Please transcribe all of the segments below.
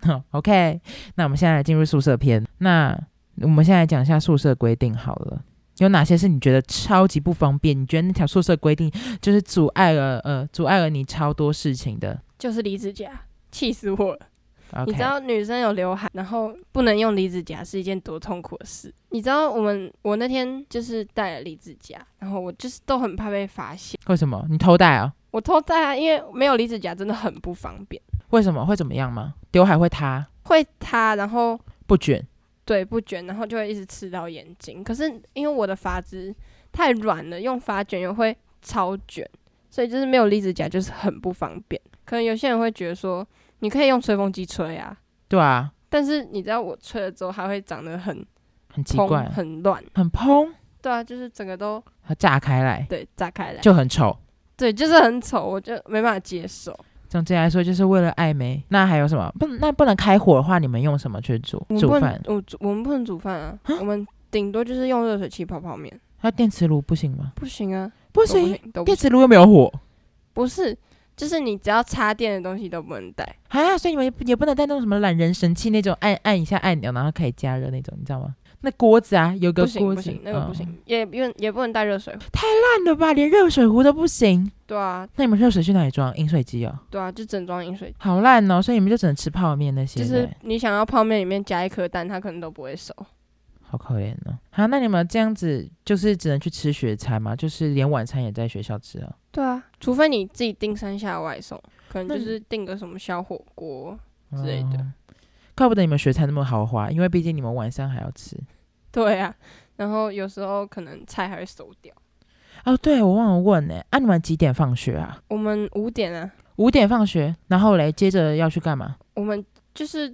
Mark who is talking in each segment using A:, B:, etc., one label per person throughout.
A: OK，那我们现在来进入宿舍篇。那我们现在讲一下宿舍规定好了，有哪些是你觉得超级不方便？你觉得那条宿舍规定就是阻碍了呃阻碍了你超多事情的
B: 就是离子夹，气死我了！
A: ？OK，
B: 你知道女生有刘海，然后不能用离子夹是一件多痛苦的事。你知道我们我那天就是戴了离子夹，然后我就是都很怕被发现。
A: 为什么你偷戴啊？
B: 我偷戴啊，因为没有离子夹真的很不方便，
A: 为什么会怎么样吗？刘海会塌
B: 会塌，然后
A: 不卷？
B: 对不卷，然后就会一直刺到眼睛。可是因为我的发质太软了，用发卷又会超卷，所以就是没有离子夹就是很不方便。可能有些人会觉得说，你可以用吹风机吹啊，
A: 对啊，
B: 但是你知道我吹了之后，它会长得很
A: 很奇
B: 蓬
A: 怪，
B: 很乱。
A: 很蓬，
B: 对啊，就是整个都
A: 它炸开来
B: 对炸开来，
A: 就很丑。
B: 对，就是很丑，我就没办法接受。
A: 总之来说，就是为了爱美。那还有什么不？那不能开火的话，你们用什么去煮
B: 我们
A: 煮
B: 不
A: 饭
B: 能，？我煮我们不能煮饭啊，我们顶多就是用热水器泡泡面，
A: 那电磁炉不行吗？
B: 不行啊，
A: 不
B: 不
A: 行，，
B: 都不
A: 电
B: 行，
A: 磁炉又没有火
B: 不是，就是你只要插电的东西都不能带。
A: 啊，所以你们也不也不能带那种什么懒人神器那种按按一下按钮，然后可以加热那种，你知道吗？那锅子啊，有个
B: 不行
A: 锅
B: 不
A: 子
B: 行，，那个不
A: 嗯
B: 行，也不用也不能带热水壶。
A: 烂了吧，连热水壶都不行。
B: 对啊
A: 那你们热水去哪里装？饮水机哦，
B: 对啊，就整装饮水，
A: 好烂哦，所以你们就只能吃泡面那些
B: 就
A: 的，
B: 是你想要泡面里面加一颗蛋，它可能都不会熟。
A: 好可怜哦。好，那你们这样子就是只能去吃学餐嘛，就是连晚餐也在学校吃哦。
B: 对啊，除非你自己订山下外送，可能
A: 那
B: 就
A: 你
B: 是订个什么小火锅 之类的。
A: 哦怪不得你们学餐那么豪华，因为毕竟你们晚上还要吃。
B: 对啊，然后有时候可能菜还会馊掉。
A: 哦，对，我忘了问呢、啊，你们几点放学啊？
B: 我们五点啊，
A: 五点放学，然后嘞，接着要去干嘛？
B: 我们就是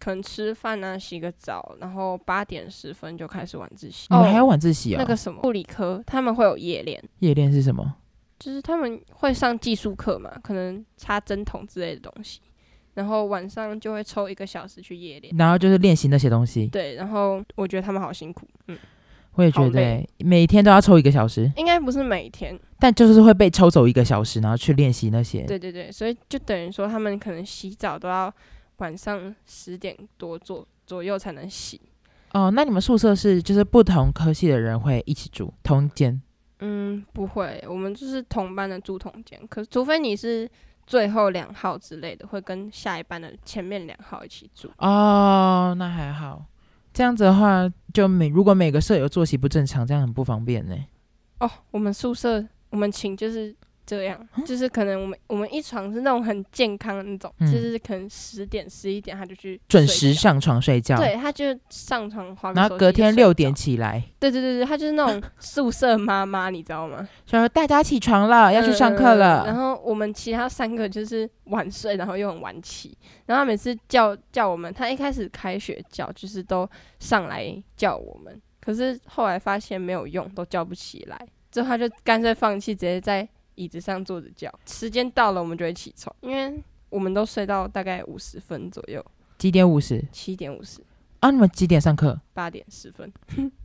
B: 可能吃饭啊，洗个澡，然后八点十分就开始晚自习。
A: 你们还有晚自习哦？
B: 那个什么物理科，他们会有夜练，
A: 夜练是什么？
B: 就是他们会上技术课嘛，可能插针筒之类的东西，然后晚上就会抽一个小时去夜练。
A: 然后就是练习那些东西。
B: 对，然后我觉得他们好辛苦，嗯，
A: 我也觉
B: 好
A: 得
B: 累
A: 欸每天都要抽一个小时，
B: 应该不是每天，
A: 但就是会被抽走一个小时，然后去练习那些。
B: 对对对，所以就等于说他们可能洗澡都要晚上十点多左左右才能洗。
A: 哦，那你们宿舍是就是不同科系的人会一起住同一间？
B: 嗯，不会，我们就是同班的住同间，可除非你是最后两号之类的，会跟下一班的前面两号一起住。
A: 哦，那还好。这样子的话，就每如果每个舍友作息不正常，这样很不方便呢。
B: 哦，我们宿舍我们寝就是这样，就是可能我们我们一床是那种很健康的那种，
A: 嗯
B: 就是可能十点十一点他就去
A: 准
B: 睡
A: 时
B: 觉。
A: 上床睡觉，
B: 对，他就上床滑个
A: 然
B: 手
A: 后
B: 机
A: 隔
B: 就
A: 天
B: 睡
A: 六
B: 着
A: 点起来，
B: 对对对对，她就是那种宿舍妈妈，你知道吗？
A: 就说大家起床了，要去上课
B: 嗯然
A: 了。
B: 后我们其他三个就是晚睡，然后又很晚起。然后她每次叫叫我们，她一开始开学叫就是都上来叫我们，可是后来发现没有用，都叫不起来。之后她就干脆放弃，直接在椅子上坐着叫。时间到了，我们就会起床，因为我们都睡到大概五十分左右，
A: 几点五十？
B: 七点五十、
A: 啊，你们几点上课？
B: 八点十分。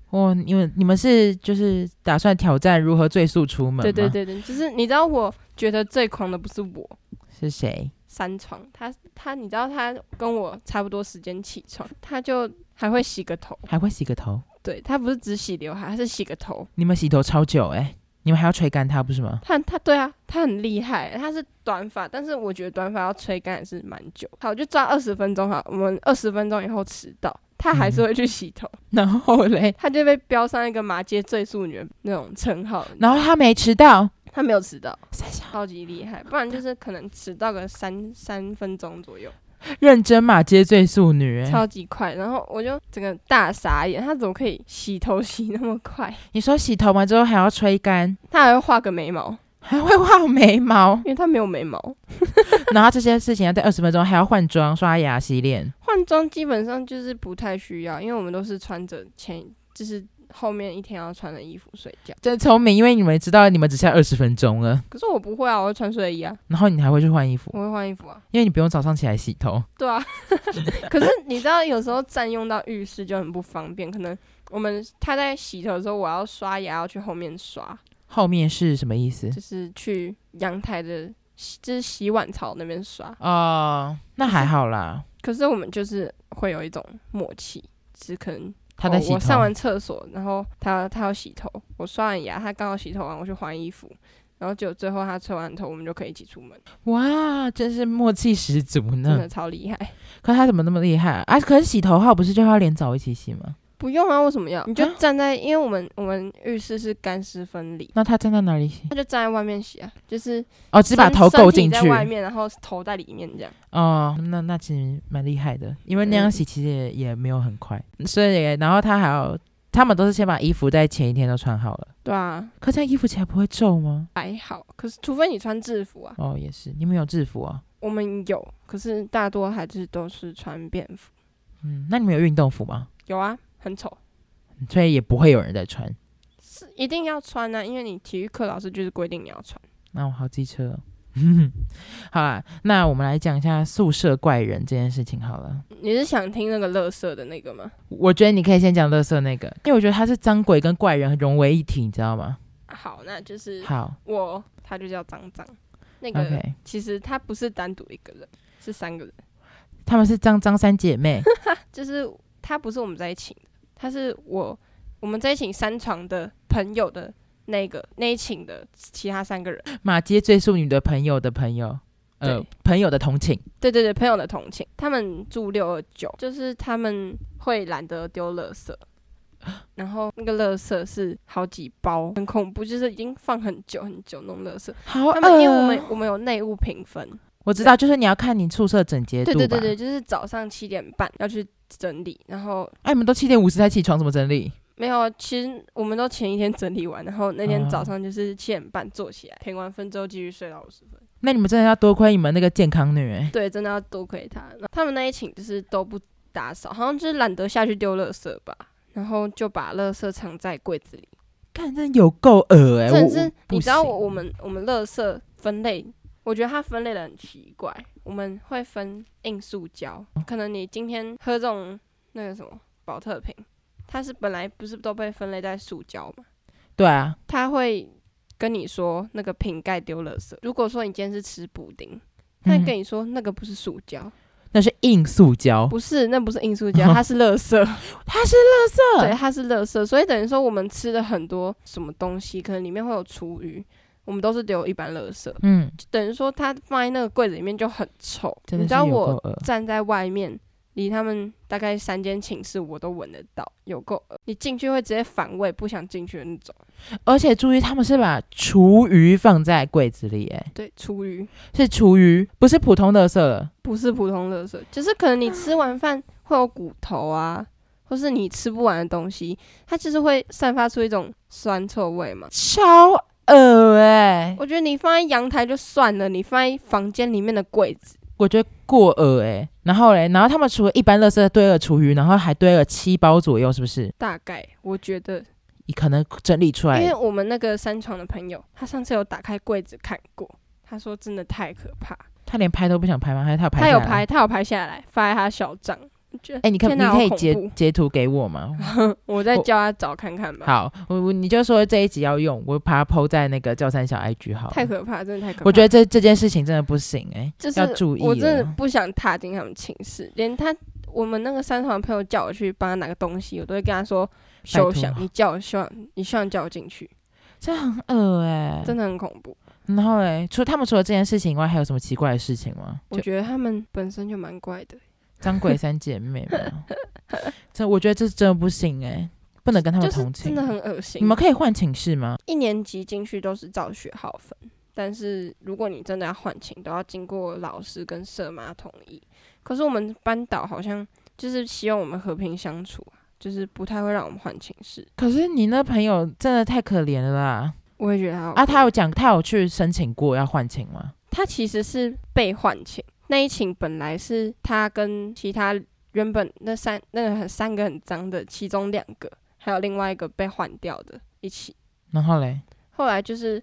A: 哦，你们你们是就是打算挑战如何最速出门吗？
B: 对对，对对，就是你知道，我觉得最狂的不是我，
A: 是谁？
B: 三床，他他你知道他跟我差不多时间起床，他就还会洗个头，
A: 还会洗个头？
B: 对他不是只洗刘海，他是洗个头，
A: 你们洗头超久哎、你们还要吹干它不是 吗？
B: 他他对啊，他很厉害，他是短发，但是我觉得短发要吹干也是蛮久，好就抓二十分钟好，我们二十分钟以后迟到，他还
A: 嗯
B: 是会去洗头，
A: 然后嘞，
B: 他就被标上一个马街最速女的那种称号，
A: 然后他没迟到，
B: 他没有迟到，
A: 三小
B: 超级厉害，不然就是可能迟到个三三分钟左右。
A: 认真马街最速女、欸。
B: 超级快，然后我就整个大傻眼，他怎么可以洗头洗那么快？
A: 你说洗头完之后还要吹干，
B: 他还会画个眉毛，
A: 还会画眉毛，
B: 因为他没有眉毛。
A: 然后这些事情要在二十分钟，还要换装、刷牙、洗脸。
B: 换装基本上就是不太需要，因为我们都是穿着前，就是后面一天要穿的衣服睡觉。
A: 真聪明，因为你们知道你们只剩二十分钟了，
B: 可是我不会啊，我会穿睡衣啊，
A: 然后你还会去换衣服，
B: 我会换衣服啊。
A: 因为你不用早上起来洗头。
B: 对啊， 可是你知道有时候占用到浴室就很不方便，可能我们他在洗头的时候，我要刷牙要去后面刷，
A: 后面是什么意思？
B: 就是去阳台的洗，就是洗碗槽那边刷。
A: 哦，那还好啦。
B: 可是我们就是会有一种默契，只可能
A: 他在
B: 哦
A: 洗头。
B: 我上完厕所，然后他他要洗头，我刷完牙，他刚好洗头完，我去换衣服，然后就最后他吹完头，我们就可以一起出门，
A: 哇，真是默契十足
B: 真
A: 呢
B: 的。超厉害。
A: 可是他怎么那么厉害啊？啊可是洗头号不是就要连澡一起洗吗？
B: 不用啊，为什么要？你就
A: 啊
B: 站在，因为我们我们浴室是干湿分离，
A: 那他站在哪里洗？
B: 他就站在外面洗啊，就是
A: 哦，只把
B: 身
A: 头
B: 身
A: 够
B: 体
A: 进去
B: 在。外面，然后头在里面这样。
A: 哦，那那其实蛮厉害的，因为那样
B: 嗯
A: 洗其实也也没有很快，所以然后他还要，他们都是先把衣服在前一天都穿好了。
B: 对啊，
A: 可这样衣服起来不会皱吗？
B: 还好，可是除非你穿制服啊，
A: 哦，也是，你们有制服啊？
B: 我们有，可是大多还是都是穿便服。
A: 嗯，那你们有运动服吗？
B: 有啊，很丑，
A: 所以也不会有人在穿。
B: 是一定要穿啊，因为你体育课老师就是规定你要穿。
A: 那我好机车、哦。 好啦，那我们来讲一下宿舍怪人这件事情好了。
B: 你是想听那个乐色的那个吗？
A: 我觉得你可以先讲乐色那个，因为我觉得他是脏鬼跟怪人融为一体，你知道吗？
B: 好，那就是
A: 好
B: 我，他就叫脏脏。那个
A: ，OK，
B: 其实他不是单独一个人，是三个人，
A: 他们是脏脏三姐 妹。
B: 就是他不是我们在一起的，他是我我们在一起三床的朋友的那个那一寝的其他三个人。
A: 马街最素女的朋友的朋友，呃
B: 对，
A: 朋友的同情，
B: 对对对，朋友的同情，他们住六二九，就是他们会懒得丢垃圾，然后那个垃圾是好几包，很恐怖，就是已经放很久很久那种垃圾。
A: 好
B: 他
A: 恶。
B: 们因为我们我们有内务评分，
A: 我知道，就是你要看你宿舍整洁度
B: 对
A: 吧。
B: 对对对，就是早上七点半要去整理，然后
A: 哎，你们都七点五十才起床，怎么整理？
B: 没有，啊其实我们都前一天整理完，然后那
A: 哦
B: 天早上就是七点半坐起来，评完分之后继续睡到五十分。
A: 那你们真的要多亏你们那个健康女、哎
B: 对，真的要多亏他。然后他们那一寝就是都不打扫，好像就是懒得下去丢垃圾吧，然后就把垃圾藏在柜子里。
A: 看真的有够恶哎、
B: 真
A: 我
B: 的是
A: 我，不
B: 你知道
A: 行
B: 我我们我们垃圾分类，我觉得它分类的很奇怪。我们会分硬塑胶，可能你今天喝这种那个什么保特瓶，它是本来不是都被分类在塑胶嘛？
A: 对啊，
B: 他会跟你说那个瓶盖丢垃圾。如果说你今天是吃布丁，他会
A: 嗯
B: 跟你说那个不是塑胶，
A: 那是硬塑胶，
B: 不是，那不是硬 塑胶，它是垃圾，
A: 哦它是垃圾。
B: 对，它是垃圾。所以等于说我们吃的很多什么东西，可能里面会有厨余。我们都是丢一般垃圾，
A: 嗯，
B: 就等于说它放在那个柜子里面就很臭。
A: 真
B: 你
A: 的
B: 知
A: 是
B: 道
A: 有够
B: 我
A: 恶。
B: 站在外面，离他们大概三间寝室，我都闻得到，有够恶。你进去会直接反胃，不想进去的那种。
A: 而且注意，他们是把厨余放在柜子里、哎，
B: 对，厨余。
A: 是厨余，不是普通垃圾了。
B: 不是普通垃圾，就是可能你吃完饭会有骨 头啊，或是你吃不完的东西，它就是会散发出一种酸臭味嘛。
A: 超恶哎、
B: 我觉得你放在阳台就算了，你放在房间里面的柜子，
A: 我觉得过恶哎、然后嘞，然后他们除了一般垃圾堆了厨余，然后还堆了七包左右，是不是？
B: 大概我觉得，
A: 你可能整理出
B: 因为
A: 来，
B: 我们那个三床的朋友，他上次有打开柜子看过，他说真的太可怕，
A: 他连拍都不想拍吗？还是他有拍？
B: 他有拍，。他有拍下来发在他小账，我觉得
A: 哎、你可
B: 天
A: 你
B: 哪
A: 可以
B: 好恐
A: 截
B: 怖
A: 截图给我吗？
B: 我再
A: 我
B: 叫他找看看吧，
A: 好，我我你就说这一集要用，我把它抛在那个教三小 IG 好了。
B: 太可怕，真的太可怕，
A: 我觉得这这件事情真的不行哎、
B: 就是
A: 要注意
B: 我真的
A: 了
B: 不想踏进他们寝室，连他我们那个三床朋友叫我去帮他拿个东西，我都会跟他说休想，
A: 托
B: 你叫我休想，你休想叫我进去，
A: 这很恶哎、
B: 真的很恐怖。
A: 然后嘞，欸除他们除了这件事情以外，还有什么奇怪的事情吗？
B: 我
A: 就
B: 觉得他们本身就蛮怪的，
A: 张鬼三姐妹 嘛，这我觉得这真的不行哎、不能跟他们
B: 就是
A: 同寝。
B: 真的很恶心。
A: 你们可以换寝室吗？
B: 一年级进去都是照学号分，但是如果你真的要换寝，都要经过老师跟社妈同意。可是我们班导好像就是希望我们和平相处啊，就是不太会让我们换寝室。
A: 可是你那朋友真的太可怜了啦！
B: 我也觉得他好
A: 啊，
B: 可
A: 他
B: 怜
A: 有讲，他有去申请过要换寝吗？
B: 他其实是被换寝，那一寝本来是他跟其他原本那三那个很三个很脏的，其中两个还有另外一个被换掉的一起。
A: 然后嘞，
B: 后来就是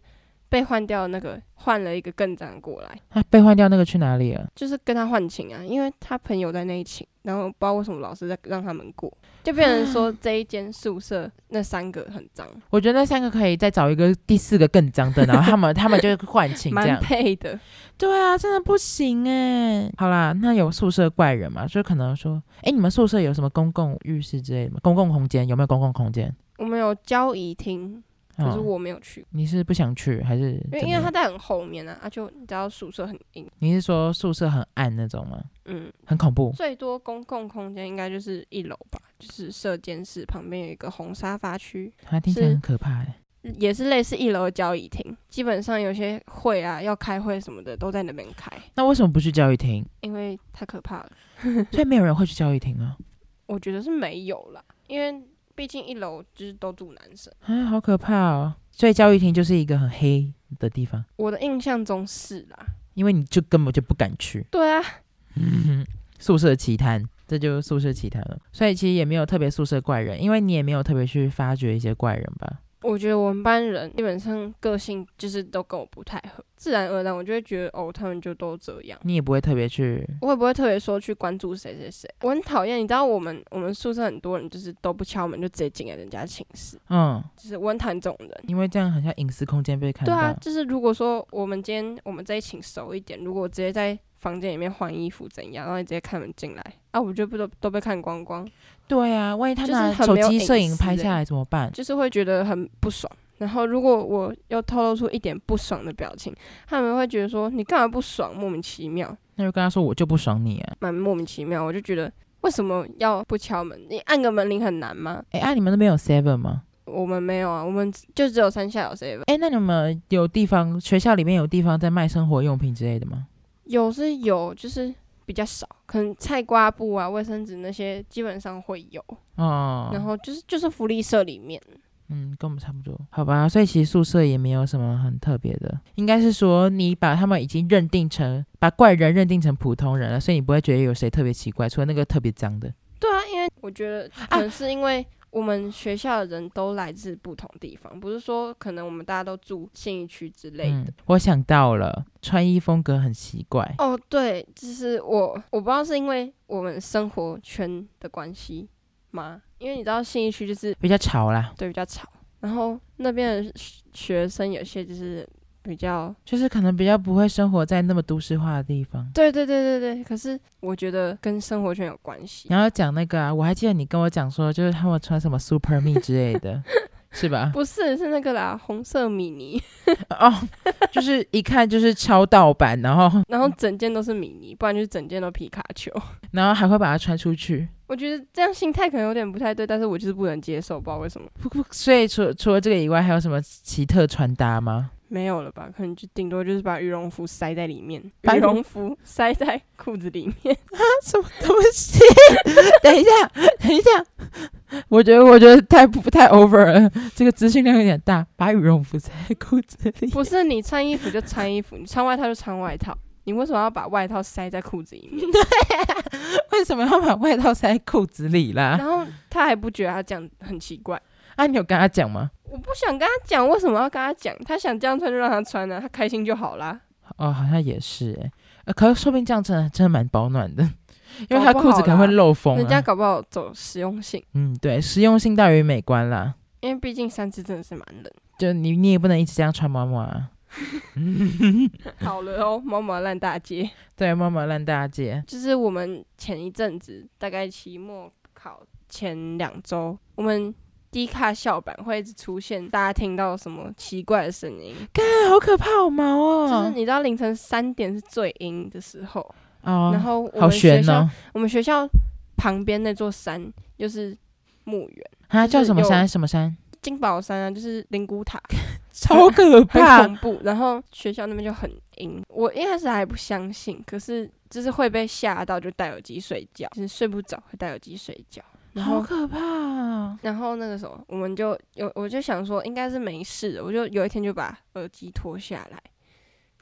B: 被换掉的那个换了一个更长过来，
A: 他被换掉那个去哪里了？
B: 就是跟他换寝啊，因为他朋友在那一寝，然后不知道为什么老师在让他们过，就变成说这一间宿舍那三个很脏，
A: 我觉得那三个可以再找一个第四个更脏的，然后他们他们就换寝这
B: 蛮
A: 样。
B: 配的。欸
A: 对啊，真的不行哎。好啦，那有宿舍怪人嘛？就可能说，哎，你们宿舍有什么公共浴室之类的吗？公共空间有没有公共空间？
B: 我们有交谊厅，可是
A: 嗯
B: 我没有去，
A: 你是不想去还是
B: 因为
A: 怎么
B: 因为
A: 样
B: 他在很后面啊，啊就你知道宿舍很阴，
A: 你是说宿舍很暗那种吗？
B: 嗯，
A: 很恐怖
B: 最多公共空间应该就是一楼吧，就是射箭室旁边有一个红沙发区，
A: 啊，听起来
B: 是
A: 很可怕哎。
B: 也是类似一楼的交易厅。基本上有些会啊，要开会什么的都在那边开，
A: 那为什么不去教育 厅？
B: 因为太可怕了。
A: 所以没有人会去教育厅啊。
B: 我觉得是没有啦，因为毕竟一楼就是都住男生。
A: 啊，好可怕哦！所以教育厅就是一个很黑的地方，
B: 我的印象中是啦，
A: 因为你就根本就不敢去。
B: 对啊，
A: 宿舍奇谈，这就是宿舍奇谈了。所以其实也没有特别宿舍怪人，因为你也没有特别去发掘一些怪人吧。
B: 我觉得我们班人基本上个性就是都跟我不太合，自然而然我就会觉得哦，他们就都这样。
A: 你也不会特别去，
B: 我也不会特别说去关注谁谁谁，我很讨厌。你知道我们我们宿舍很多人就是都不敲门就直接进来人家寝室，
A: 嗯，
B: 就是我很讨厌这种人。
A: 因为这样很像隐私空间被看
B: 对
A: 到。
B: 啊，就是如果说我们今天我们这一寝熟一点，如果我直接在房间里面换衣服怎样，然后你直接开门进来，啊，我就不都都被看光光，
A: 对啊，万一他
B: 就是
A: 拿
B: 很
A: 手
B: 没有
A: 机
B: 隐
A: 摄影
B: 私
A: 拍
B: 欸
A: 下来怎么办？
B: 就是会觉得很不爽。然后如果我又透露出一点不爽的表情，他们会觉得说你干嘛不爽，莫名其妙，
A: 那就跟他说我就不爽你啊！
B: 蛮莫名其妙。我就觉得为什么要不敲门？你按个门铃很难吗？
A: 哎、啊，你们那边有 Seven 吗？
B: 我们没有啊，我们只就只有山下有 seven，
A: 哎、那你们有地方学校里面有地方在卖生活用品之类的吗？
B: 有是有，就是比较少，可能菜瓜布啊、卫生纸那些基本上会有，
A: 哦，
B: 然后就是就是福利社里面，
A: 嗯，跟我们差不多，好吧。所以其实宿舍也没有什么很特别的，应该是说你把他们已经认定成把怪人认定成普通人了，所以你不会觉得有谁特别奇怪，除了那个特别脏的。
B: 对啊，因为我觉得可能是因为我们学校的人都来自不同地方，不是说可能我们大家都住信义区之类的。
A: 嗯，我想到了，穿衣风格很奇怪。
B: 哦，对，就是我，我不知道是因为我们生活圈的关系吗？因为你知道信义区就是
A: 比较潮啦，
B: 对比较吵，然后那边的学学生有些就是比较，
A: 就是可能比较不会生活在那么都市化的地方。
B: 对对对对对，可是我觉得跟生活圈有关系
A: 然，后讲那个啊，我还记得你跟我讲说，就是他们穿什么 Super Me 之类的，是吧？
B: 不是是那个啦，红色米泥，
A: 哦，就是一看就是超盗版，然后
B: 然后整件都是米泥，不然就是整件都皮卡丘。
A: 然后还会把它穿出去。
B: 我觉得这样心态可能有点不太对，但是我就是不能接受，不知道为什么。
A: 不不，所以除除了这个以外，还有什么奇特穿搭吗？
B: 没有了吧？可能就顶多就是把羽绒服塞在里面，
A: 把
B: 羽
A: 羽绒
B: 绒服塞在裤子里面。
A: 啊什么东西？ 等一下，等一下，我觉得我觉得太不太 over 了，这个资讯量有点大。把羽绒服塞在裤子里，
B: 不是你穿衣服就穿衣服，你穿外套就穿外套，你为什么要把外套塞在裤子里面？
A: 为什么要把外套塞在裤子里啦？
B: 然后他还不觉得他这样很奇怪。
A: 啊，你有跟他讲吗？
B: 我不想跟他讲，为什么要跟他讲？他想这样穿就让他穿啊，他开心就好啦。
A: 哦，好像也是哎、呃，可是说不定这样真的真的蛮保暖的，因为他
B: 搞不
A: 裤子可能会
B: 好啦
A: 漏风、啊。
B: 人家搞不好走实用性，
A: 嗯，对，实用性大于美观啦。
B: 因为毕竟三只真的是蛮冷。
A: 就你你也不能一直这样穿妈妈、啊，
B: 好了哦，毛毛烂大街，
A: 对，妈妈烂大街。
B: 就是我们前一阵子大概期末考前两周，我们。低卡校版会一直出现，大家听到什么奇怪的声音？
A: 啊，好可怕，好毛哦！
B: 就是你知道凌晨三点是最阴的时候，
A: 哦，
B: 然后我
A: 好
B: 们学
A: 悬
B: 校、
A: 哦！
B: 我们学校旁边那座山就是墓园，
A: 它
B: 就
A: 叫
B: 是
A: 什么
B: 有
A: 山？什么山？
B: 金宝山啊，就是灵骨塔，
A: 超可
B: 很
A: 怕！
B: 恐怖。然后学校那边就很阴，我一开始还不相信，可是就是会被吓到，就戴耳机睡觉，就是睡不着会戴耳机睡觉。然
A: 好
B: 后，
A: 可怕哦！
B: 然后那个时候我们就有，我就想说应该是没事的，我就有一天就把耳机脱下来，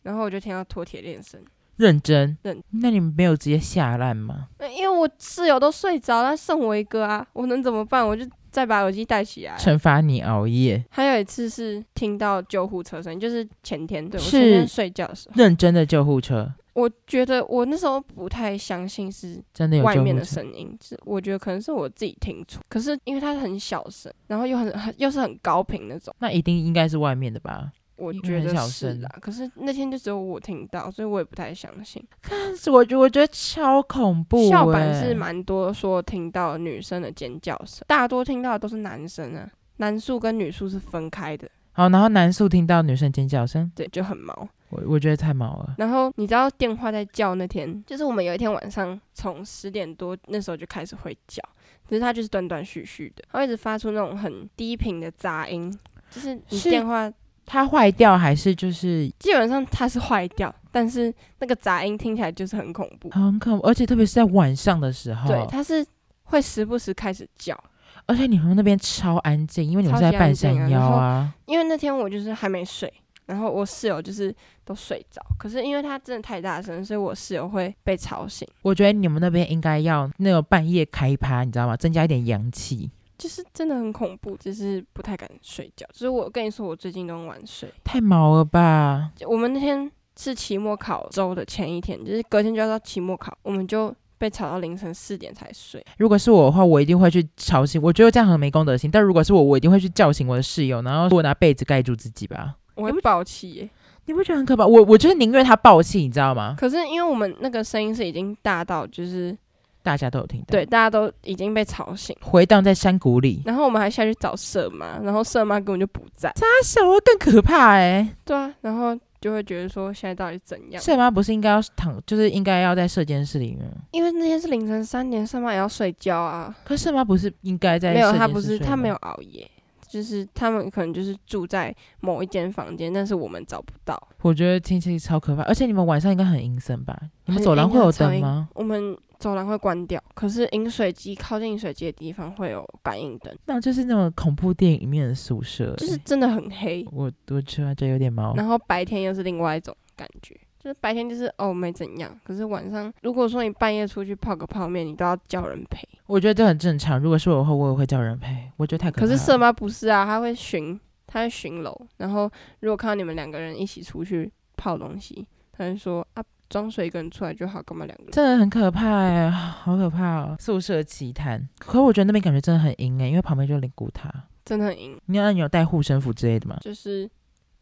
B: 然后我就听到脱铁链声。
A: 认真
B: 认，
A: 那你们没有直接吓烂吗？
B: 那因为我室友都睡着，那剩我一个啊，我能怎么办？我就再把耳机戴起来。
A: 惩罚你熬夜，
B: 还有一次是听到救护车声，就是前天对我
A: 是
B: 前天睡觉的时候，
A: 认真的救护车，
B: 我觉得我那时候不太相信是
A: 真的有
B: 外
A: 救
B: 面
A: 护
B: 的
A: 车。
B: 声音，是我觉得可能是我自己听错。可是因为它很小声，然后又很很又是很高频那种，
A: 那一定应该是外面的吧？
B: 我
A: 因为
B: 觉
A: 很
B: 得
A: 小
B: 是
A: 声
B: 啦。可是那天就只有我听到，所以我也不太相信。
A: 但是我觉我觉得超恐怖、欸。
B: 校版是蛮多说听到女生的尖叫声，大多听到的都是男生啊，男宿跟女宿是分开的，
A: 好，然后男宿听到女生尖叫声，
B: 对，就很毛。
A: 我我觉得太毛了。
B: 然后你知道电话在叫那天，就是我们有一天晚上从十点多那时候就开始会叫，可是它就是断断续续的，它会一直发出那种很低频的杂音，就是你
A: 是
B: 电话
A: 它坏掉还是就是
B: 基本上它是坏掉，但是那个杂音听起来就是很恐怖，
A: 很恐怖，而且特别是在晚上的时候，
B: 对，它是会时不时开始叫。
A: 而且你们那边超安静，因为你们是在
B: 超级
A: 半
B: 安静啊
A: 山腰啊。
B: 因为那天我就是还没睡，然后我室友就是都睡着，可是因为他真的太大声，所以我室友会被吵醒。
A: 我觉得你们那边应该要那个半夜开趴，你知道吗？增加一点阳气，
B: 就是真的很恐怖，就是不太敢睡觉。就是我跟你说，我最近都很晚睡。
A: 太毛了吧？
B: 我们那天是期末考周的前一天，就是隔天就要到期末考，我们就被吵到凌晨四点才睡。
A: 如果是我的话，我一定会去吵醒。我觉得这样很没公德心，但如果是我，我一定会去叫醒我的室友，然后我拿被子盖住自己吧。
B: 我会爆气耶、
A: 你不觉得很可怕？我我就是宁愿他爆气，你知道吗？
B: 可是因为我们那个声音是已经大到，就是
A: 大家都有听到，
B: 对，大家都已经被吵醒，
A: 回荡在山谷里，
B: 然后我们还下去找舍妈，然后舍妈根本就不在。
A: 那小会更可怕哎、
B: 对啊，然后就会觉得说现在到底怎样？
A: 睡妈不是应该要躺，就是应该要在射监室里面吗。
B: 因为那天是凌晨三点，上班也要睡觉啊。
A: 可是妈不是应该在
B: 没有，
A: 射
B: 他
A: 箭
B: 不
A: 室
B: 是，
A: 睡
B: 他
A: 吗
B: 没有，熬夜，就是他们可能就是住在某一间房间，但是我们找不到。
A: 我觉得天气超可怕，而且你们晚上应该很阴森吧？你们
B: 很
A: 走廊
B: 阴
A: 会
B: 啊
A: 有
B: 超
A: 灯
B: 阴
A: 吗？
B: 我们走廊会关掉，可是饮水机靠近饮水机的地方会有感应灯，
A: 那就是那种恐怖电影里面的宿舍、
B: 就是
A: 欸
B: 真的很黑。
A: 我我觉得这有点毛。
B: 然后白天又是另外一种感觉，就是白天就是哦没怎样，可是晚上如果说你半夜出去泡个泡面，你都要叫人陪。
A: 我觉得这很正常，如果是我的话，我也会叫人陪。我觉得太可怕
B: 可
A: 了。
B: 是色妈不是啊，她会巡，她会巡楼，然后如果看到你们两个人一起出去泡东西，她就说啊，装水一个人出来就好，干嘛两个人？
A: 真的很可怕哎、好可怕哦！宿舍奇谈。可是我觉得那边感觉真的很阴哎、因为旁边就是灵骨塔。
B: 真的很阴。
A: 你有你有带护身符之类的吗？
B: 就是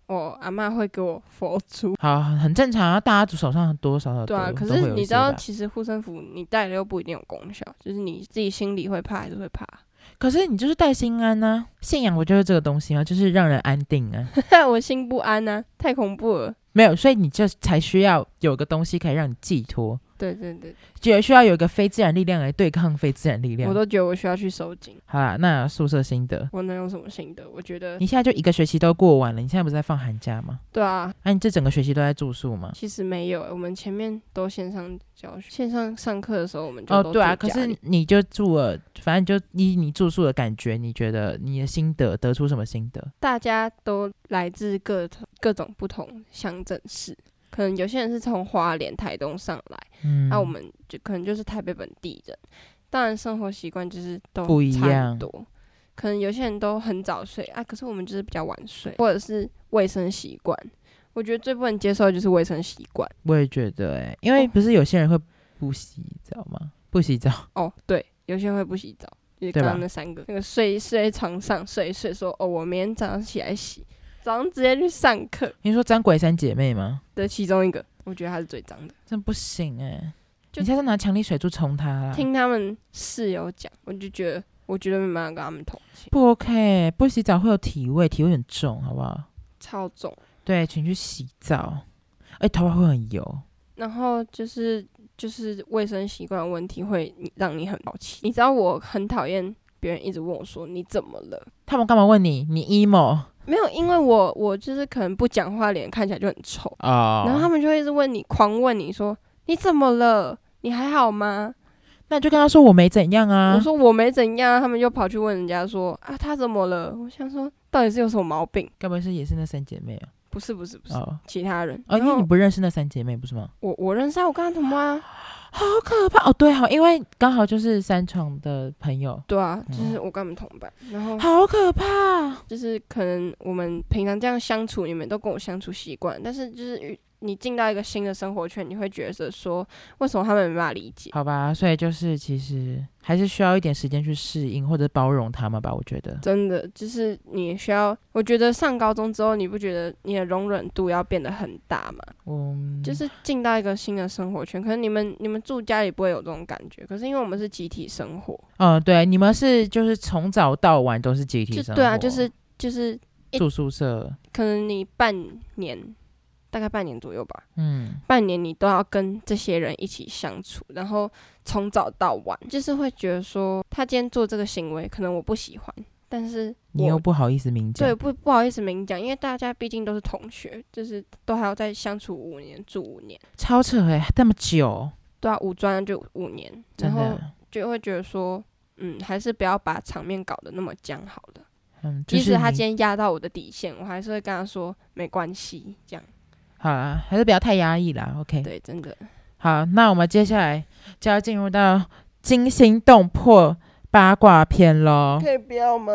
B: 我阿妈会给我佛珠，
A: 好，很正常啊，大家手上多少少
B: 对啊。
A: 都
B: 可
A: 都会
B: 是
A: 有一
B: 你知
A: 些
B: 道，
A: 吧
B: 其实护身符你戴了又不一定有功效，就是你自己心里会怕还是会怕。
A: 可是你就是带心安呐、信仰我就是这个东西啊，就是让人安定啊。
B: 我心不安呐、太恐怖了。
A: 没有，所以你这才需要有个东西可以让你寄托，
B: 对对对，
A: 也需要有一个非自然力量来对抗非自然力量
B: 我。都觉得我需要去收紧。
A: 好啦，那宿舍心得，
B: 我能有什么心得？我觉得
A: 你现在就一个学期都过完了，你现在不是在放寒假吗？
B: 对啊，
A: 那、你这整个学期都在住宿吗？
B: 其实没有欸、我们前面都线上教学，线上上课的时候我们就
A: 哦，
B: 都
A: 对啊，可
B: 住家
A: 是
B: 里
A: 你就住了，反正就依你住宿的感觉，你觉得你的心得得出什么心得？
B: 大家都来自各各种不同乡镇市，可能有些人是从花莲、台东上来，
A: 嗯，
B: 那、啊我们就可能就是台北本地人，当然生活习惯就是都
A: 不一
B: 差很
A: 样
B: 多。可能有些人都很早睡啊，可是我们就是比较晚睡，或者是卫生习惯。我觉得最不能接受的就是卫生习惯。
A: 我也觉得、欸，因为
B: 哦
A: 不是有些人会不洗澡吗？不洗澡，
B: 哦，对，有些人会不洗澡，就是
A: 对吧
B: 刚刚那三个，那个睡睡在床上睡一睡说，哦，我明天早上起来洗，早上直接去上课
A: 你说张鬼三姐妹吗？
B: 的其中一个，我觉得他是最脏的。
A: 真不行哎、欸，
B: 就
A: 你下次拿强力水柱冲他啦。
B: 听他们室友讲，我就觉得，我觉得没办法跟他们同情，
A: 不 OK，不欸洗澡会有体味，体味很重，好不好？
B: 超重。
A: 对，请去洗澡，哎、头发会很油。
B: 然后就是就是卫生习惯的问题会让你很好奇，你知道我很讨厌别人一直问我说你怎么了？
A: 他们干嘛问你？你 emo
B: 没有，因为我我就是可能不讲话，脸看起来就很丑，
A: 哦
B: 然后他们就会一直问你，狂问你说你怎么了？你还好吗？
A: 那你就跟他说我没怎样啊
B: 我。说我没怎样啊，他们就跑去问人家说啊他怎么了？我想说到底是有什么毛病？
A: 该不会是也是那三姐妹啊？
B: 不是不是不是、
A: 哦
B: 其他人，
A: 哦，
B: 然
A: 因为
B: 后
A: 你不认识那三姐妹不是吗？
B: 我我认识啊，我跟他同班啊，
A: 好可怕哦！对哦，因为刚好就是三床的朋友，
B: 对啊，
A: 哦
B: 就是我跟他们同班，然后
A: 好可怕。
B: 就是可能我们平常这样相处，你们都跟我相处习惯，但是就是与你进到一个新的生活圈，你会觉得说，为什么他们没办法理解？
A: 好吧，所以就是其实还是需要一点时间去适应或者包容他们吧，我觉得。
B: 真的，就是你需要，我觉得上高中之后，你不觉得你的容忍度要变得很大吗？
A: 嗯，
B: 就是进到一个新的生活圈，可能你们你们住家里不会有这种感觉，可是因为我们是集体生活，
A: 嗯，对，你们是就是从早到晚都是集体
B: 就
A: 生活，
B: 对啊，就是就是一
A: 住宿舍，
B: 可能你半年，大概半年左右吧，
A: 嗯，
B: 半年你都要跟这些人一起相处，然后从早到晚，就是会觉得说他今天做这个行为，可能我不喜欢，但是
A: 你又
B: 我
A: 不好意思明讲
B: 对，不不好意思明讲，因为大家毕竟都是同学，就是都还要再相处五年，住五年，
A: 超扯哎、欸，这么久，
B: 对啊，五专就五年，然
A: 真
B: 后
A: 的，
B: 就会觉得说，嗯，还是不要把场面搞得那么僵好了。
A: 嗯，就
B: 即
A: 是
B: 使他
A: 你
B: 今天压到我的底线，我还是会跟他说没关系，这样
A: 好啊，还是不要太压抑啦，OK。
B: 对，真的
A: 好，那我们接下来就要进入到惊心动魄八卦篇喽。
B: 可以不要吗？